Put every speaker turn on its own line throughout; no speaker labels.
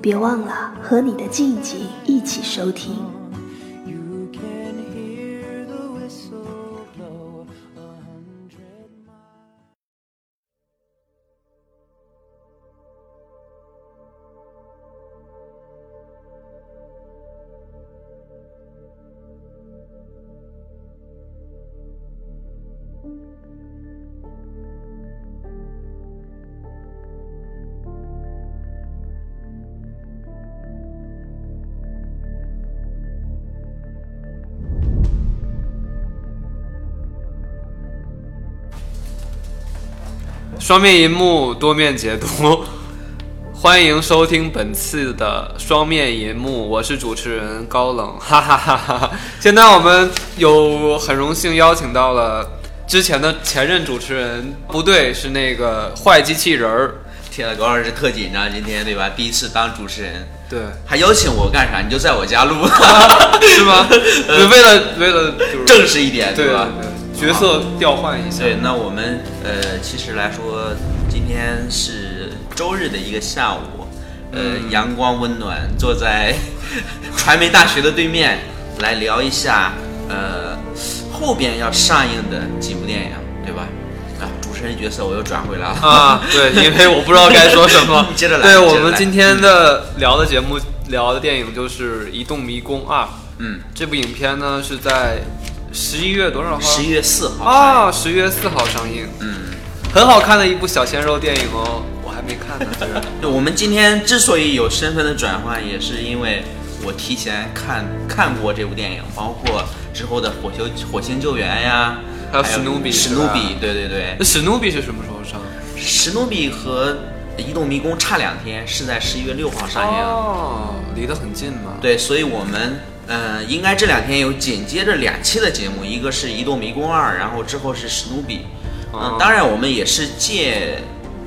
别忘了和你的静静一起收听。
双面银幕，多面解读。 欢迎收听本次的双面银幕，我是主持人高冷， 哈哈哈哈哈。现在我们有很荣幸邀请到了之前的前任主持人，不对，是那个坏机器人儿。
天呐，高老师特紧张，今天对吧？第一次当主持人，
对，
还邀请我干啥？你就在我 家录，
是吗？
呃
为了为了就是
正式一点，
对
吧？
对角色调换一下。
对，那我们呃，其实来说，今天是周日的一个下午，呃，
嗯
阳光温暖，坐在 传媒大学的对面，来聊一下呃后边要上映的几部电影，对吧？啊，主持人角色我又转回来了。
啊，对，因为我不知道该说什么
接着来嗯
对
接着来
我们今天的聊的节目聊的电影就是《移动迷宫二》。
嗯，
这部影片呢是在十一月多少号？
十一月四号上映，
啊，十月四号上映，
嗯。
很好看的一部小鲜肉电影哦，我还没看呢。这 个
对，我们今天之所以有身份的转换，也是因为我提前看看过这部电影，包括之后的《火球火星救援》呀，
还有
还有
史努比
史
是
努
吧
比，对对对，
那史努比是什么时候上？
史努比和移动迷宫差两天，是在十一月六号上映。啊
哦，离得很近嘛。
对，所以我们呃，应该这两天有紧接着两期的节目，一个是《移动迷宫二》，然后之后是《史努比》嗯、
哦
当然我们也是借，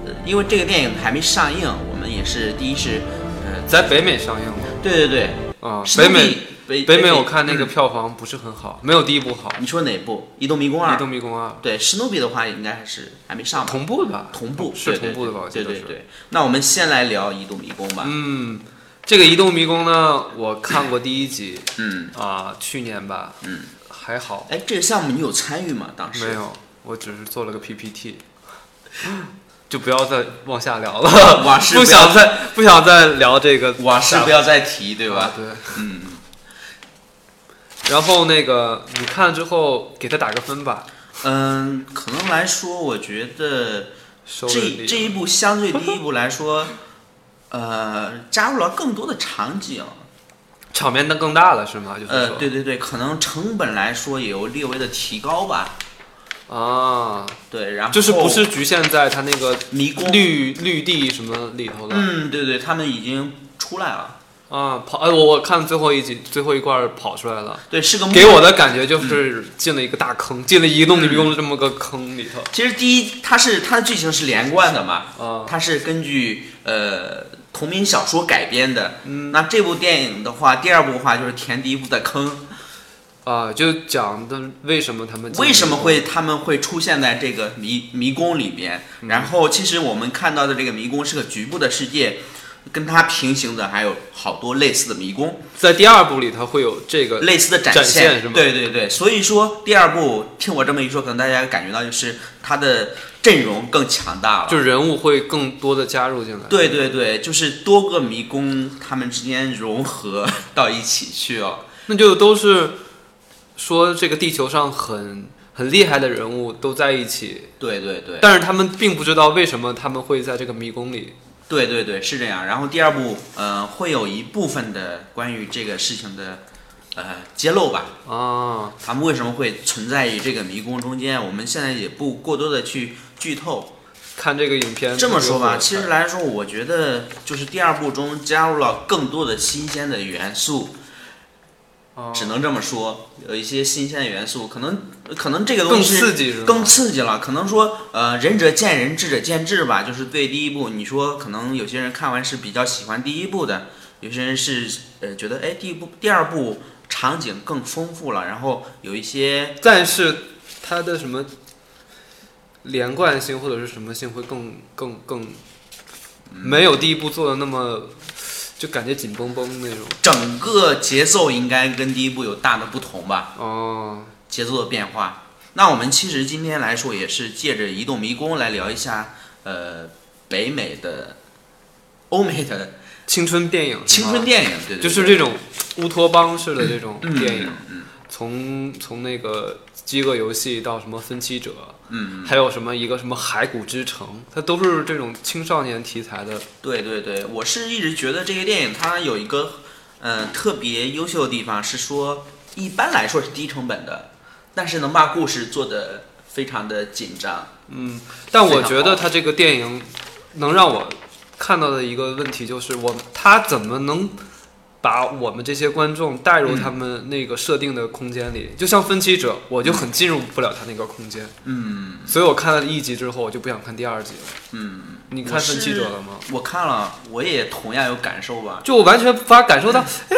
呃因为这个电影还没上映，我们也是第一是，呃，
在北美上映了
对对对，
啊，
史
北
努比
美
北
北
北
美
美嗯
我看那个票房不是很好，没有第一部好。
你说哪部？《移动迷宫二
移》动迷宫二
对，《史努比》的话应该还是还没上吧？
同步的吧？
同步
是
对对
同步的吧？我记
对
得
对
是。
对。那我们先来聊《移动迷宫》吧。
嗯，这个移动迷宫呢，我看过第一集
嗯
啊、去年吧，
嗯。
还好
哎，这个项目你有参与吗？当时
没。 有，我只是做了个 PPT，就不要再往下聊了，
往 事
不
不要
想再不想再聊这个
往事不要再提，对
啊
吧？
对。
嗯，
然后那个你看了之后给他打个分吧，
嗯，可能来说，我觉得
收了
这
你
这一部相对第一部来说， 呃，加入了更多的场景，
场面的更大了是吗？就是说、
呃，对对对，可能成本来说也有略微的提高吧，
啊，
对，然后
就是不是局限在他那个
迷宫，
绿绿地什么里头了、
嗯，对对，他们已经出来了，
啊？跑，哎，我我看最后一集最后一块儿跑出来了。
对，是个
给我的感觉就是进了一个大坑，进了移动的迷宫的这么个坑里头
其实第一，它是它的剧情是连贯的嘛，
啊。
它是根据呃同名小说改编的。嗯，那这部电影的话，第二部的话就是填第一部的坑。
啊，就讲的为什么他们进
为什么会他们会出现在这个迷迷宫里边？
嗯
然后其实我们看到的这个迷宫是个局部的世界，跟它平行的还有好多类似的迷宫，
在第二部里头会有这个
类似的展
展现是吗
对对对，所以说第二部听我这么一说，可能大家感觉到就是它的阵容更强大了。
就是人物会更多的加入进来。
对对对，就是多个迷宫，他们之间融合到一起去哦。
那就都是说这个地球上很很厉害的人物都在一起，
对对对，
但是他们并不知道为什么他们会在这个迷宫里。
对对对，是这样。然后第二部，呃，会有一部分的关于这个事情的，呃，揭露吧。
啊，
他们为什么会存在于这个迷宫中间？我们现在也不过多的去剧透，
看这个影片
这么说吧，
特别
其实
火
来说，我觉得就是第二部中加入了更多的新鲜的元素，
哦
只能这么说，有一些新鲜的元素，可能可能这个东
更
西
刺激是吗
更刺激了。可能说，呃，仁者见仁，智者见智吧。就是对第一部，你说可能有些人看完是比较喜欢第一部的，有些人是呃觉得，哎，第一部、第二部场景更丰富了，然后有一些
但是它的什么连贯性或者是什么性会更更更
嗯
没有第一部做的那么就感觉紧绷绷那种
整个节奏应该跟第一部有大的不同吧。
哦，
节奏的变化。那我们其实今天来说，也是借着《移动迷宫》来聊一下，呃，北美的、欧美的
青春电影是吗，
青春电影，对对对，
就是这种乌托邦式的这种电影，
嗯
从从那个《饥饿游戏》到什么《分歧者》，
嗯，嗯
还有什么一个什么《骸骨之城》，它都是这种青少年题材的。
对对对，我是一直觉得这个电影它有一个，呃，特别优秀的地方是说，一般来说是低成本的，但是能把故事做得非常的紧张。
但我觉得它这个电影能让我看到的一个问题就是我，它怎么能把我们这些观众带入他们那个设定的空间里？就像《分歧者》，我就很进入不了他那个空间，
嗯
所以我看了一集之后，我就不想看第二集了。
嗯，
你看《分歧者》了吗？？
我看了，我也同样有感受吧。
就我完全无法感受到，哎，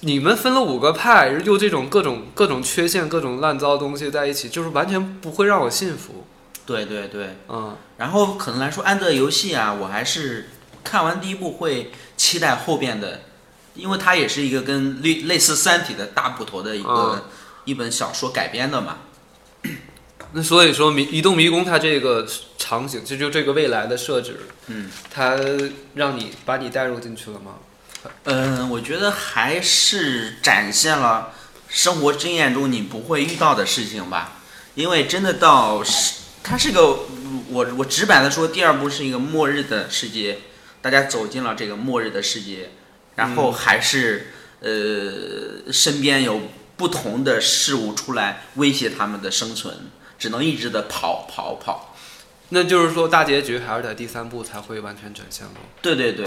你们分了五个派，又这种各种各种缺陷、各种烂糟东西在一起，就是完全不会让我信服。
对对对，
嗯，
然后可能来说，安德游戏啊，我还是看完第一部会期待后边的，因为它也是一个跟类类似《三体》的大部头的一个、
嗯
一本小说改编的嘛。
那所以说迷移动迷宫它这个场景，这就这个未来的设置，
嗯，
它让你把你带入进去了吗？
嗯、我觉得还是展现了生活经验中你不会遇到的事情吧，因为真的到是它是个我我直白的说，第二部是一个末日的世界，大家走进了这个末日的世界，然后还是、呃身边有不同的事物出来威胁他们的生存，只能一直的跑跑跑。
那就是说大结局还是在第三部才会完全展现了。
对对 对，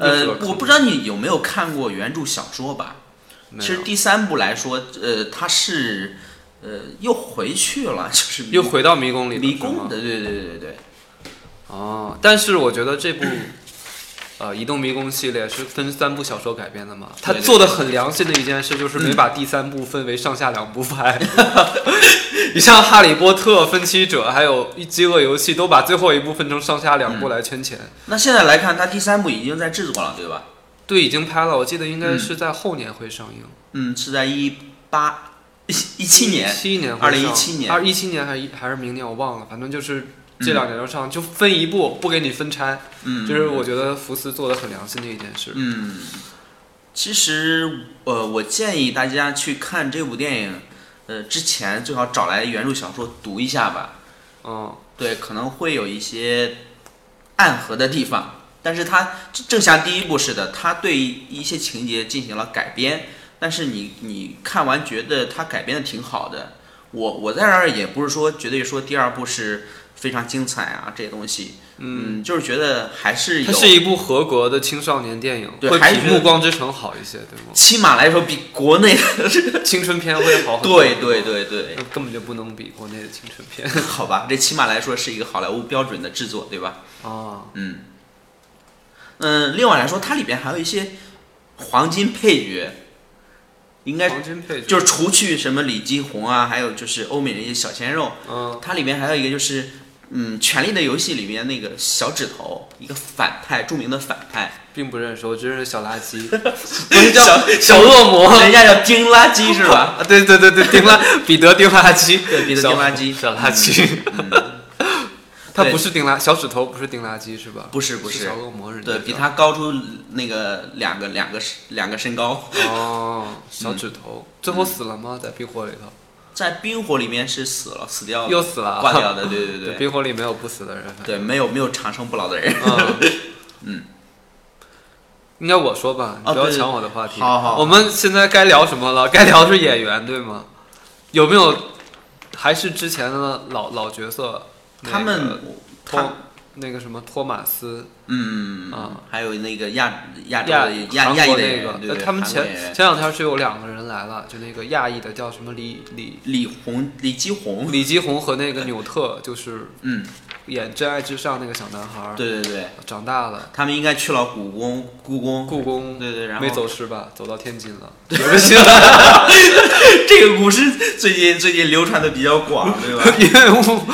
又是
呃
个，坑
我不知道你有没有看过原著小说吧？
没
其实
有，
第三部来说，呃，它是呃又回去了， 就是迷
又回到迷宫里了
迷
是
宫
吗
的，对对对对对，
哦，但是我觉得这部呃《移动迷宫》系列是分三部小说改编的嘛，它
对对嗯
做的很良心的一件事就是没把第三部分为上下两部拍。 你像《哈利波特》《分歧者》还有《一饥饿游戏》都把最后一部分成上下
嗯
两部来圈钱。
那现在来看，它第三部已经在制作了，对吧？
对，已经拍了，我记得应该是在后年会上映，
嗯，是在一八一七年，
七年，
2017年
二一七年还是还是明年我忘了，反正就是这两年要上，就分一部不给你分拆，
嗯，
这是我觉得福斯做的很良心的一件事。
嗯，其实呃，我建议大家去看这部电影，呃，之前最好找来原著小说读一下吧。
嗯，
对，可能会有一些暗合的地方，但是它正像第一部似的，它对一些情节进行了改编，但是你你看完觉得它改编的挺好的。我我在这儿也不是说绝对说第二部是非常精彩啊这些东西，嗯，就是觉得还是有，
它是一部合格的青少年电影，
对
会
还是
比
觉
《
得
暮光之城》好一些，对吗？
起码来说比国内的，
青春片会好很多，
对对对对，
那根本就不能比国内的青春片
好吧，这起码来说是一个好莱坞标准的制作，对吧？
啊。
嗯，嗯，另外来说，它里边还有一些黄金配角，应该
黄金配角
就是除去什么李继红啊，还有就是欧美人一些小鲜肉，
嗯，
它里面还有一个就是，嗯，《权力的游戏》里面那个小指头，一个反派，著名的反 派，
并不认识，我只认识小垃圾，不是叫
小
小恶 魔，
人家叫丁垃圾是吧？
啊，对对对对，丁 拉彼得丁拉基，
对，彼得丁垃圾，
小垃圾，
嗯，
他
对
不是丁拉，小指头不是丁拉基是吧？
不是不
是
是
小恶魔人家
对
叫，
比他高出那个两个两个两个身高，
哦，小指头最后死了吗？在冰火里头
在冰火里面是死了，死掉
又
了，
死了啊，
嗯挂 掉的，对对对
对，。冰火里没有不死的人，
对，没有没有长生不老的人。
嗯，
嗯，
应该我说吧，你
啊
不要
对对
抢我的话题。
好好
我们现在该聊什么了？ 该聊是演员对吗？有没有还是之前的老老角色？
他
那个
们，他
托那个什么托马斯
嗯
啊，
还有那个亚亚洲
亚
的亚
韩
亚裔
国
的
那
人，
个，
对
呃
对
他们
韩国
前
人
前两天是有两个人来了，就那个亚裔的叫什么李李
李红李基红，
李基红和那个纽特，就是
嗯，
演《真爱至上》那个小男孩儿，
对对对，
长大了。
他们应该去了故宫故宫，
故宫
对对然后
没走失吧？走到天津了，有个新闻，
这个故事最近最近流传的比较 广，对吧？
因为我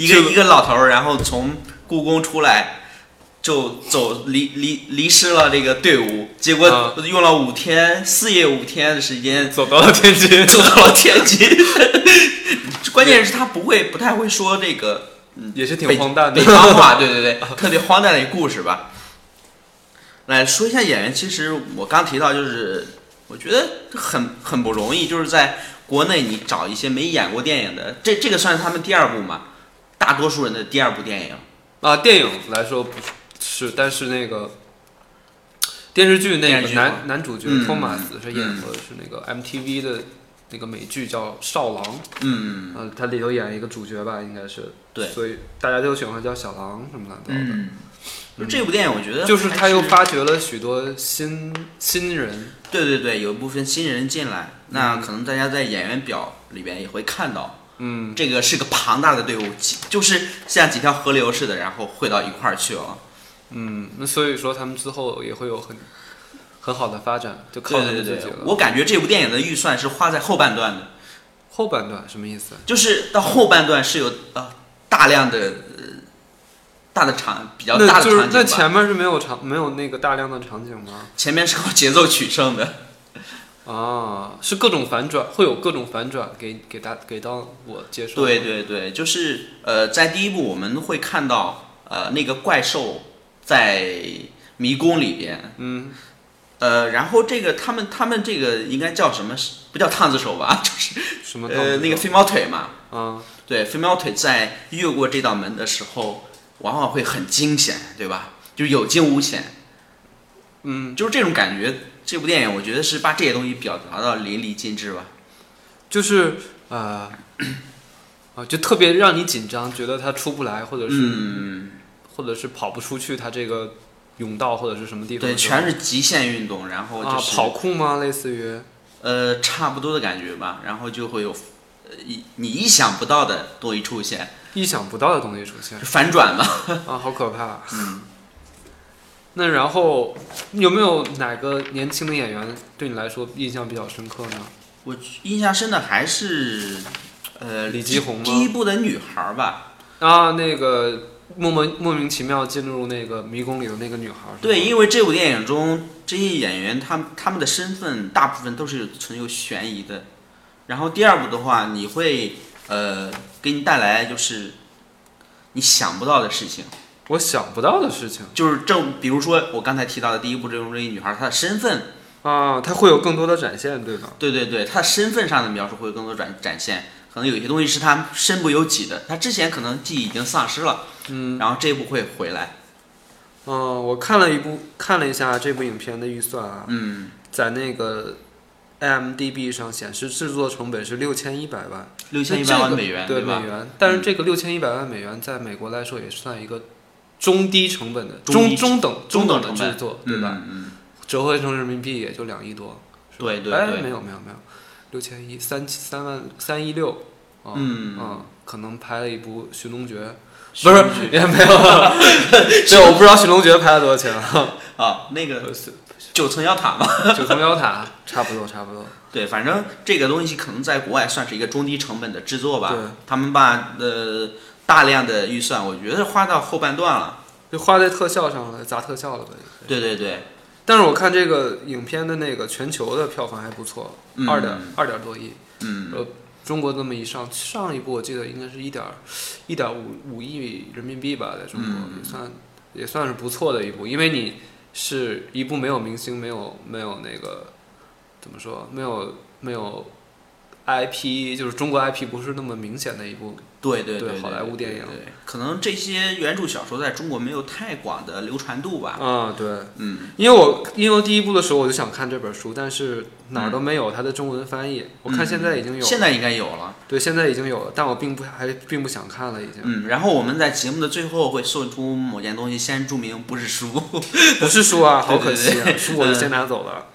一个一个老头儿，然后从故宫出来，就走离离离失了这个队伍，结果
啊
用了五天四夜五天的时间
走到了天 津，
走到了天津。 关键是他不会不太会说这个
也是
北
挺荒诞的
北。方话，对对对，特别荒诞的一个故事吧。来说一下演员，其实我刚提到就是，我觉得很很不容易，就是在国内你找一些没演过电影的，这这个算是他们第二部嘛，大多数人的第二部电影。
啊，电影来说不是，但是那个电视剧那
电
个
视剧吗
男男主角
嗯
托马斯是演
嗯
过是那个 MTV 的那个美剧叫《少郎》，
嗯
呃，他里头演一个主角吧，应该是
对
所以大家都喜欢叫小郎什么乱七八糟的。
嗯，就这部电影，我觉得
就是
还
他又发掘了许多新新人，
对对对，有一部分新人进来，那可能大家在演员表里边也会看到，
嗯，
这个是个庞大的队伍，几就是像几条河流似的，然后汇到一块儿去哦了。
嗯，那所以说他们之后也会有很很好的发展，就靠
对
他
对
们
对
自己
对
了。，
我感觉这部电影的预算是花在后半段的，
后半段什么意思？
就是到后半段是有呃大量的、呃、大的场比较
那
大的
就
场景
是
吧
那前面是没有场没有那个大量的场景吗？
前面是靠节奏取胜的，
啊，是各种反转，会有各种反转给给大给到我接受。
对，对对，就是呃在第一部我们会看到呃那个怪兽在迷宫里边，
嗯，
呃然后这个他们他们这个应该叫什么？不叫烫子手吧？就是
什么
呃那个飞毛腿嘛，
啊，
对，飞毛腿在越过这道门的时候，往往会很惊险，对吧？就是有惊无险，
嗯，
就是这种感觉。这部电影我觉得是把这些东西表达到淋漓尽致吧。
就是呃 啊，就特别让你紧张，觉得他出不来，或者是、
嗯，
或者是跑不出去，他这个甬道或者是什么地方
对，
的时候？
全是极限运动，然后
啊
就是、
跑酷吗？类似于
呃差不多的感觉吧，然后就会有呃一你意想不到的东西出现，
意想不到的东西出 现
反转嘛。
啊，好可怕。
嗯，
那然后有没有哪个年轻的演员对你来说印象比较深刻呢？
我印象深的还是呃
李基红吗
第一部的女孩儿吧，
啊，那个莫名莫名其妙进入那个迷宫里的那个女孩儿是吗，
对，因为这部电影中这些演员，他们他们的身份大部分都是有存有悬疑的。然后第二部的话，你会呃给你带来就是你想不到的事情，
我想不到的事情
就是正比如说我刚才提到的第一部这种这一女孩，她的身份，
啊，它会有更多的展现，对吧？
对对对，她身份上的描述会更多展展现，可能有些东西是她身不由己的，她之前可能记忆已经丧失了，
嗯
然后这一部会回来，
嗯、我看了一部，看了一下这部影片的预算啊，
嗯，
在那个 IMDB 上显示制作成本是六千一百万。
六千一
那
百
这
万
个
美元，
对
吧嗯
美？元，但是这个六千一百万美元在美国来说也算一个中低成本的
中
中
低
中等
中
等
等
的
成
制
本
作，对吧？
嗯嗯，
折合成人民币也就两亿多。
对对
哎，
对
没，有没有没有，六千一三三万三一六，啊
嗯
啊，可能拍了一部《寻龙诀》，不
寻龙
是也没有， 对，我不知道《寻龙诀》拍了多少钱啊，
啊，那个九层妖塔嘛。
九层妖塔差不多差不多，
对，反正这个东西可能在国外算是一个中低成本的制作吧
对。
他们把呃大量的预算，我觉得花到后半段了。
就花在特效上了，砸特效了呗。
对对对，
但是我看这个影片的那个全球的票房还不错，
嗯
二点二点多亿。
嗯，
呃，中国这么一上，上一部我记得应该是一点一点五五亿人民币吧，在中国、
嗯
也算也算是不错的一部，因为你是一部没有明星、没有没有那个怎么说、没有没有 IP，就是中国 IP 不是那么明显的一部
对对
对好莱坞电影
对对对可能这些原著小说在中国没有太广的流传度吧。
啊，对，
嗯，
因为我因为第一部的时候我就想看这本书，但是哪儿都没有它的中文翻译。我看现在已经有，
嗯现在应该有了。
对，现在已经有了，但我并不还并不想看了，已经、
嗯，然后我们在节目的最后会送出某件东西，先注明不是书。
不是书啊，好
对
可
对
惜啊，
对
书我就先拿走了。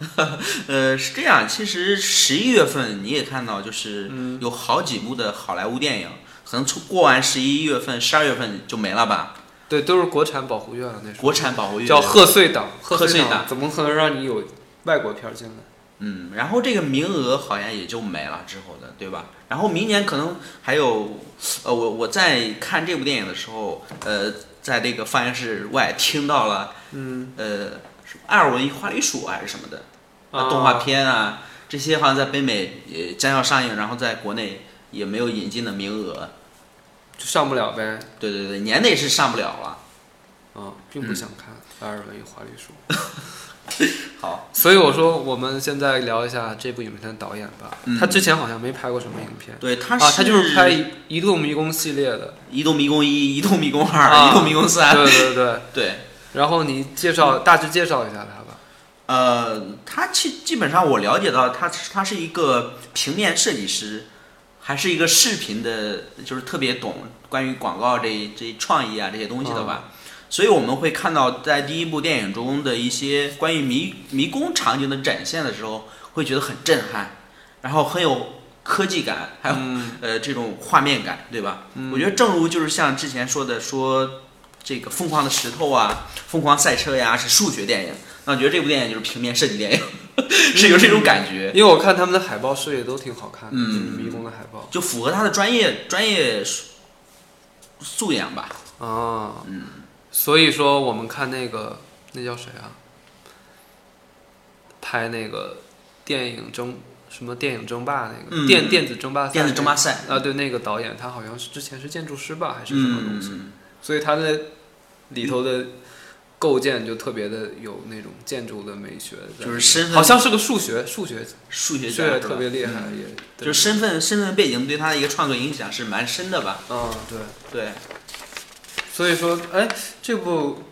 呃，是这样，其实十一月份你也看到，就是
嗯
有好几部的好莱坞电影，可能出过完十一月份、十二月份就没了吧。
对，都是国产保护月了那时候，
国产保护月
叫贺岁档，贺
贺岁
档
档
怎么可能让你有外国片儿进来？
嗯，然后这个名额好像也就没了之后的，对吧？然后明年可能还有，呃，我我在看这部电影的时候，呃，在这个放映室外听到了，
嗯，
呃，什么《二文花栗鼠》还是什么的，
啊，
动画片啊，这些好像在北美也将要上映，然后在国内也没有引进的名额。
就上不了呗。
对对对，年内是上不了了。
啊，并不想看《达尔文与花栗 鼠》。
好，
所以我说，我们现在聊一下这部影片的导演吧。他之前好像没拍过什么影片
对，他
啊
是、，
嗯他就是拍《移动迷宫》系列的。
移动迷宫一》《移动迷宫二》
啊
移动迷宫三》
对对对。
对，
然后你介绍大致介绍一下他吧。
呃，他基基本上我了解到他是，他是一个平面设计师，还是一个视频的，就是特别懂关于广告这一这一创意啊这些东西的吧。所以我们会看到在第一部电影中的一些关于迷迷宫场景的展现的时候，会觉得很震撼，然后很有科技感，还有、呃这种画面感，对吧？我
嗯
觉得正如就是像之前说的说。这个疯狂的石头啊，疯狂赛车呀，是数学电影。那我觉得这部电影就是平面设计电影， 是有这种感觉，
因为我看他们的海报设计都挺好看的，
嗯
就是迷宫的海报
就符合他的专业专业素素养吧。
啊。嗯。所以说，我们看那个那叫谁啊？拍那个电影争什么电影争霸那个、
嗯
电电子争霸赛
电子争霸赛
啊，对，那个导演他好像是之前是建筑师吧，还是什么东西，
嗯，
所以他的里头的构建就特别的有那种建筑的美学在里面，
就是身份
好像是个数学数学
数学
学
家
得
是吧嗯
特别厉害，也
就是身份身份背景对他的一个创作影响是蛮深的吧？
嗯对，
对，
所以说哎这部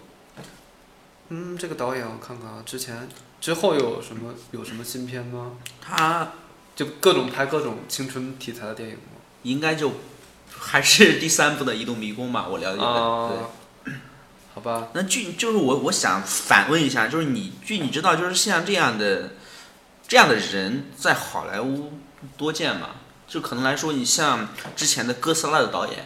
嗯这个导演我看看啊，之前之后有什么有什么新片吗？
他
就各种拍各种青春题材的电影吗？
应该就还是第三部的《移动迷宫》吧，我了解的。呃对。
啊，好吧，
那据就是我我想反问一下，就是你据你知道，就是像这样的这样的人在好莱坞多见吗？就可能来说，你像之前的哥斯拉的导演，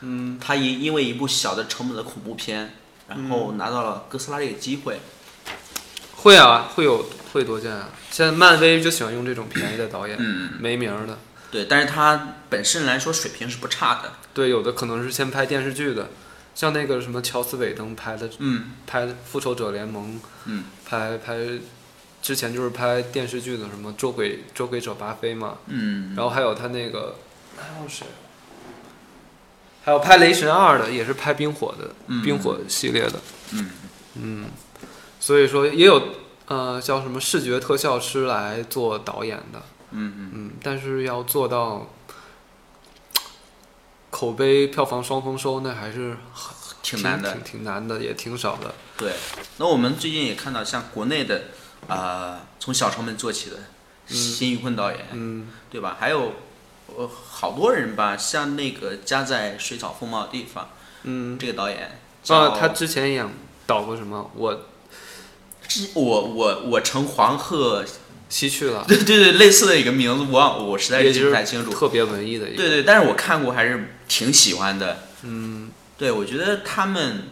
嗯，他因因为一部小的成本的恐怖片，然后拿到了哥斯拉这个机会，
会啊，会有会多见啊。现在漫威就喜欢用这种便宜的导演，没名儿的。
嗯对，但是他本身来说水平是不差的，
对，有的可能是先拍电视剧的，像那个什么乔斯·韦登拍的，
嗯，
拍《复仇者联盟》，
嗯，
拍拍之前就是拍电视剧的什么《捉鬼捉鬼者巴菲》嘛，
嗯，
然后还有他那个还有谁？还有拍《雷神二》的，也是拍冰火的，冰火系列的。
嗯
嗯所以说也有呃叫什么视觉特效师来做导演的，
嗯嗯，
嗯，但是要做到口碑票房双丰收，那还是
挺难的
挺，挺难的，也挺少的。
对，那我们最近也看到，像国内的，呃，从小成本做起的辛宇坤导演，
嗯，
对吧？还有，呃，好多人吧，像那个家在水草丰茂的地方，
嗯，
这个导演
啊，
叫
他之前演导过什么？我
之我我我乘黄鹤，
西去了，
对对对，类似的一个名字，我忘我实在
也
是记
就
不
是
太清楚。
特别文艺的一个。
对对，但是我看过，还是挺喜欢的。嗯，对，我觉得他们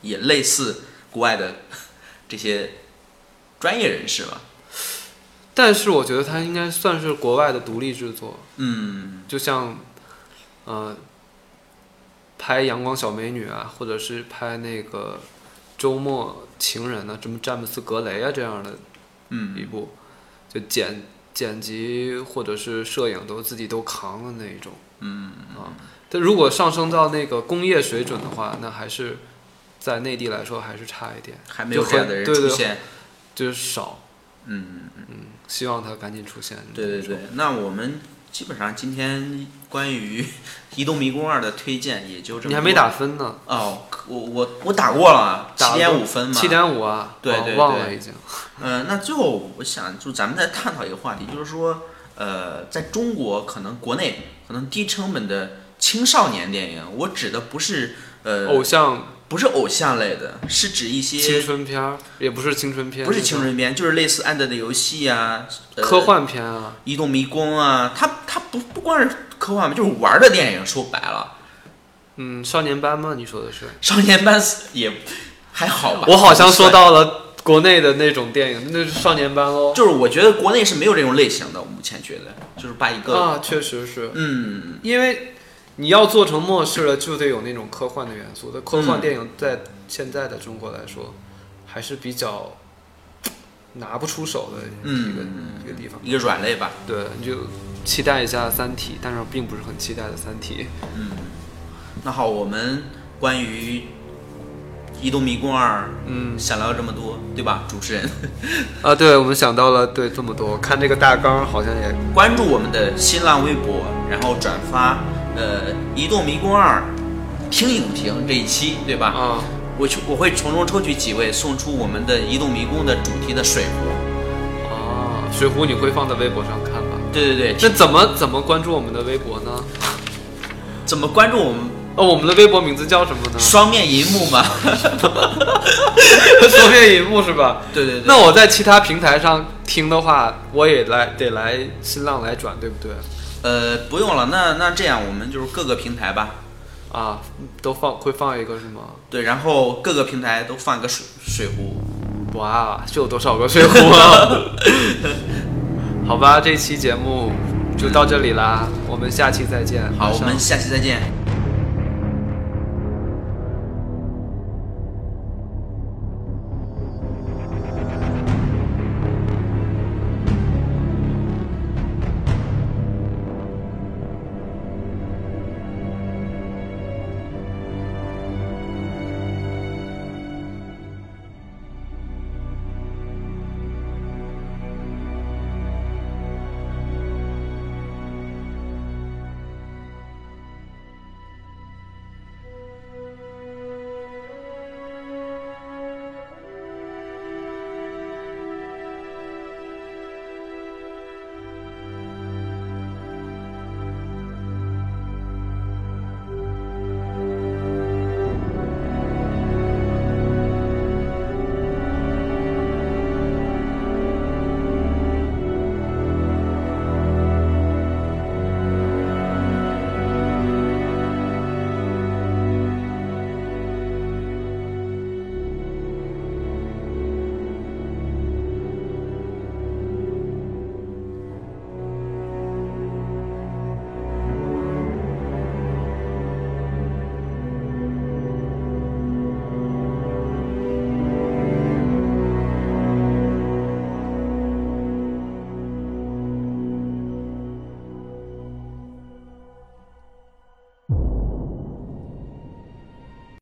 也类似国外的 这些专业人士吧。
但是我觉得他应该算是国外的独立制作，
嗯
就像，呃，拍《阳光小美女》啊，或者是拍那个《周末情人》啊，什么詹姆斯·格雷啊这样的
嗯，
一部，就剪剪辑或者是摄影都自己都扛的那一种。嗯啊，但如果上升到那个工业水准的话，那还是在内地来说还是差一点，
还没有
就
这样
很
的人
对
出
对
现。
就是少。
嗯，
希望他赶紧出现。
对对
这种
对。那我们基本上今天关于《移动迷宫二》的推荐也就这么多。
你还没打分呢，
哦，我我我打过了，七
打
点五分嘛。
七点五啊，
对
哦
对
忘
对
了已经。
呃，那最后我想就咱们再探讨一个话题，就是说，呃，在中国可能国内可能低成本的青少年电影，我指的不是呃
偶像
不是偶像类的，是指一
青
些
春片儿也不是青春片，
不是青春片，就是类似《暗淡的游戏》啊，呃、
科幻片啊，
移动迷宫》啊，它它不不光是科幻，就是玩儿的电影。说白了，
嗯，少年班吗？你说的是？
少年班也还好吧。
我好像说到了国内的那种电影，那是少年班哦喽。
就是我觉得国内是没有这种类型的，我目前觉得就是把一个、
啊，确实是
嗯。
因为你要做成末世了，就得有那种科幻的元素。但科幻
嗯
电影在现在的中国来说，还是比较嗯拿不出手的一个、
嗯
一个地方。
一个软肋吧。
对，你就期待一下《三体》，但是并不是很期待的《三体
那好，我们关于《移动迷宫二》
嗯
想聊这么多，对吧？主持人，》
啊。对，我们想到了，对这么多，看这个大纲好像也
关注我们的新浪微博，然后转发呃《移动迷宫二》听影评这一期，对吧？
啊，
我去我会从中抽取几位送出我们的《移动迷宫》的主题的水壶。
哦，水壶你会放在微博上看吧？
对对对，
那怎么怎么关注我们的微博呢？
怎么关注我们
哦，我们的微博名字叫什么呢？
双面银幕吗？
双面银幕是吧？
对对对
那我在其他平台上听的话，我也来得来新浪来转，对不对？
呃，不用了，那那这样我们就是各个平台吧。
啊，都放会放一个是吗？
对，然后各个平台都放一个水水壶，
哇，这有多少个水壶啊？ 好吧，这期节目就到这里啦，我们下期再见。
好，
马
我
上
们下期再见。